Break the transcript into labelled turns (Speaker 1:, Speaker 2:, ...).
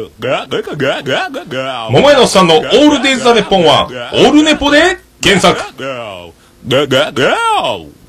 Speaker 1: 桃屋のおっ
Speaker 2: 桃屋のお
Speaker 1: さ
Speaker 2: っさ
Speaker 1: ん
Speaker 2: ん
Speaker 1: の
Speaker 2: の
Speaker 1: オ
Speaker 2: オ
Speaker 1: ー
Speaker 2: ー
Speaker 1: ルデ
Speaker 2: ルデ
Speaker 1: イ
Speaker 2: イ
Speaker 1: ズ・
Speaker 2: ズ・
Speaker 1: ザ・
Speaker 2: ザ・
Speaker 1: ネ
Speaker 2: ネ
Speaker 1: ッ
Speaker 2: ッ
Speaker 1: ポ
Speaker 2: ポ
Speaker 1: ン
Speaker 2: ン
Speaker 1: はオ
Speaker 2: は、オ
Speaker 1: ー
Speaker 2: ー
Speaker 1: ルネ
Speaker 2: ルネ
Speaker 1: ポ
Speaker 2: ポ
Speaker 1: で
Speaker 2: で
Speaker 1: 検
Speaker 2: 検
Speaker 1: 索
Speaker 2: 索。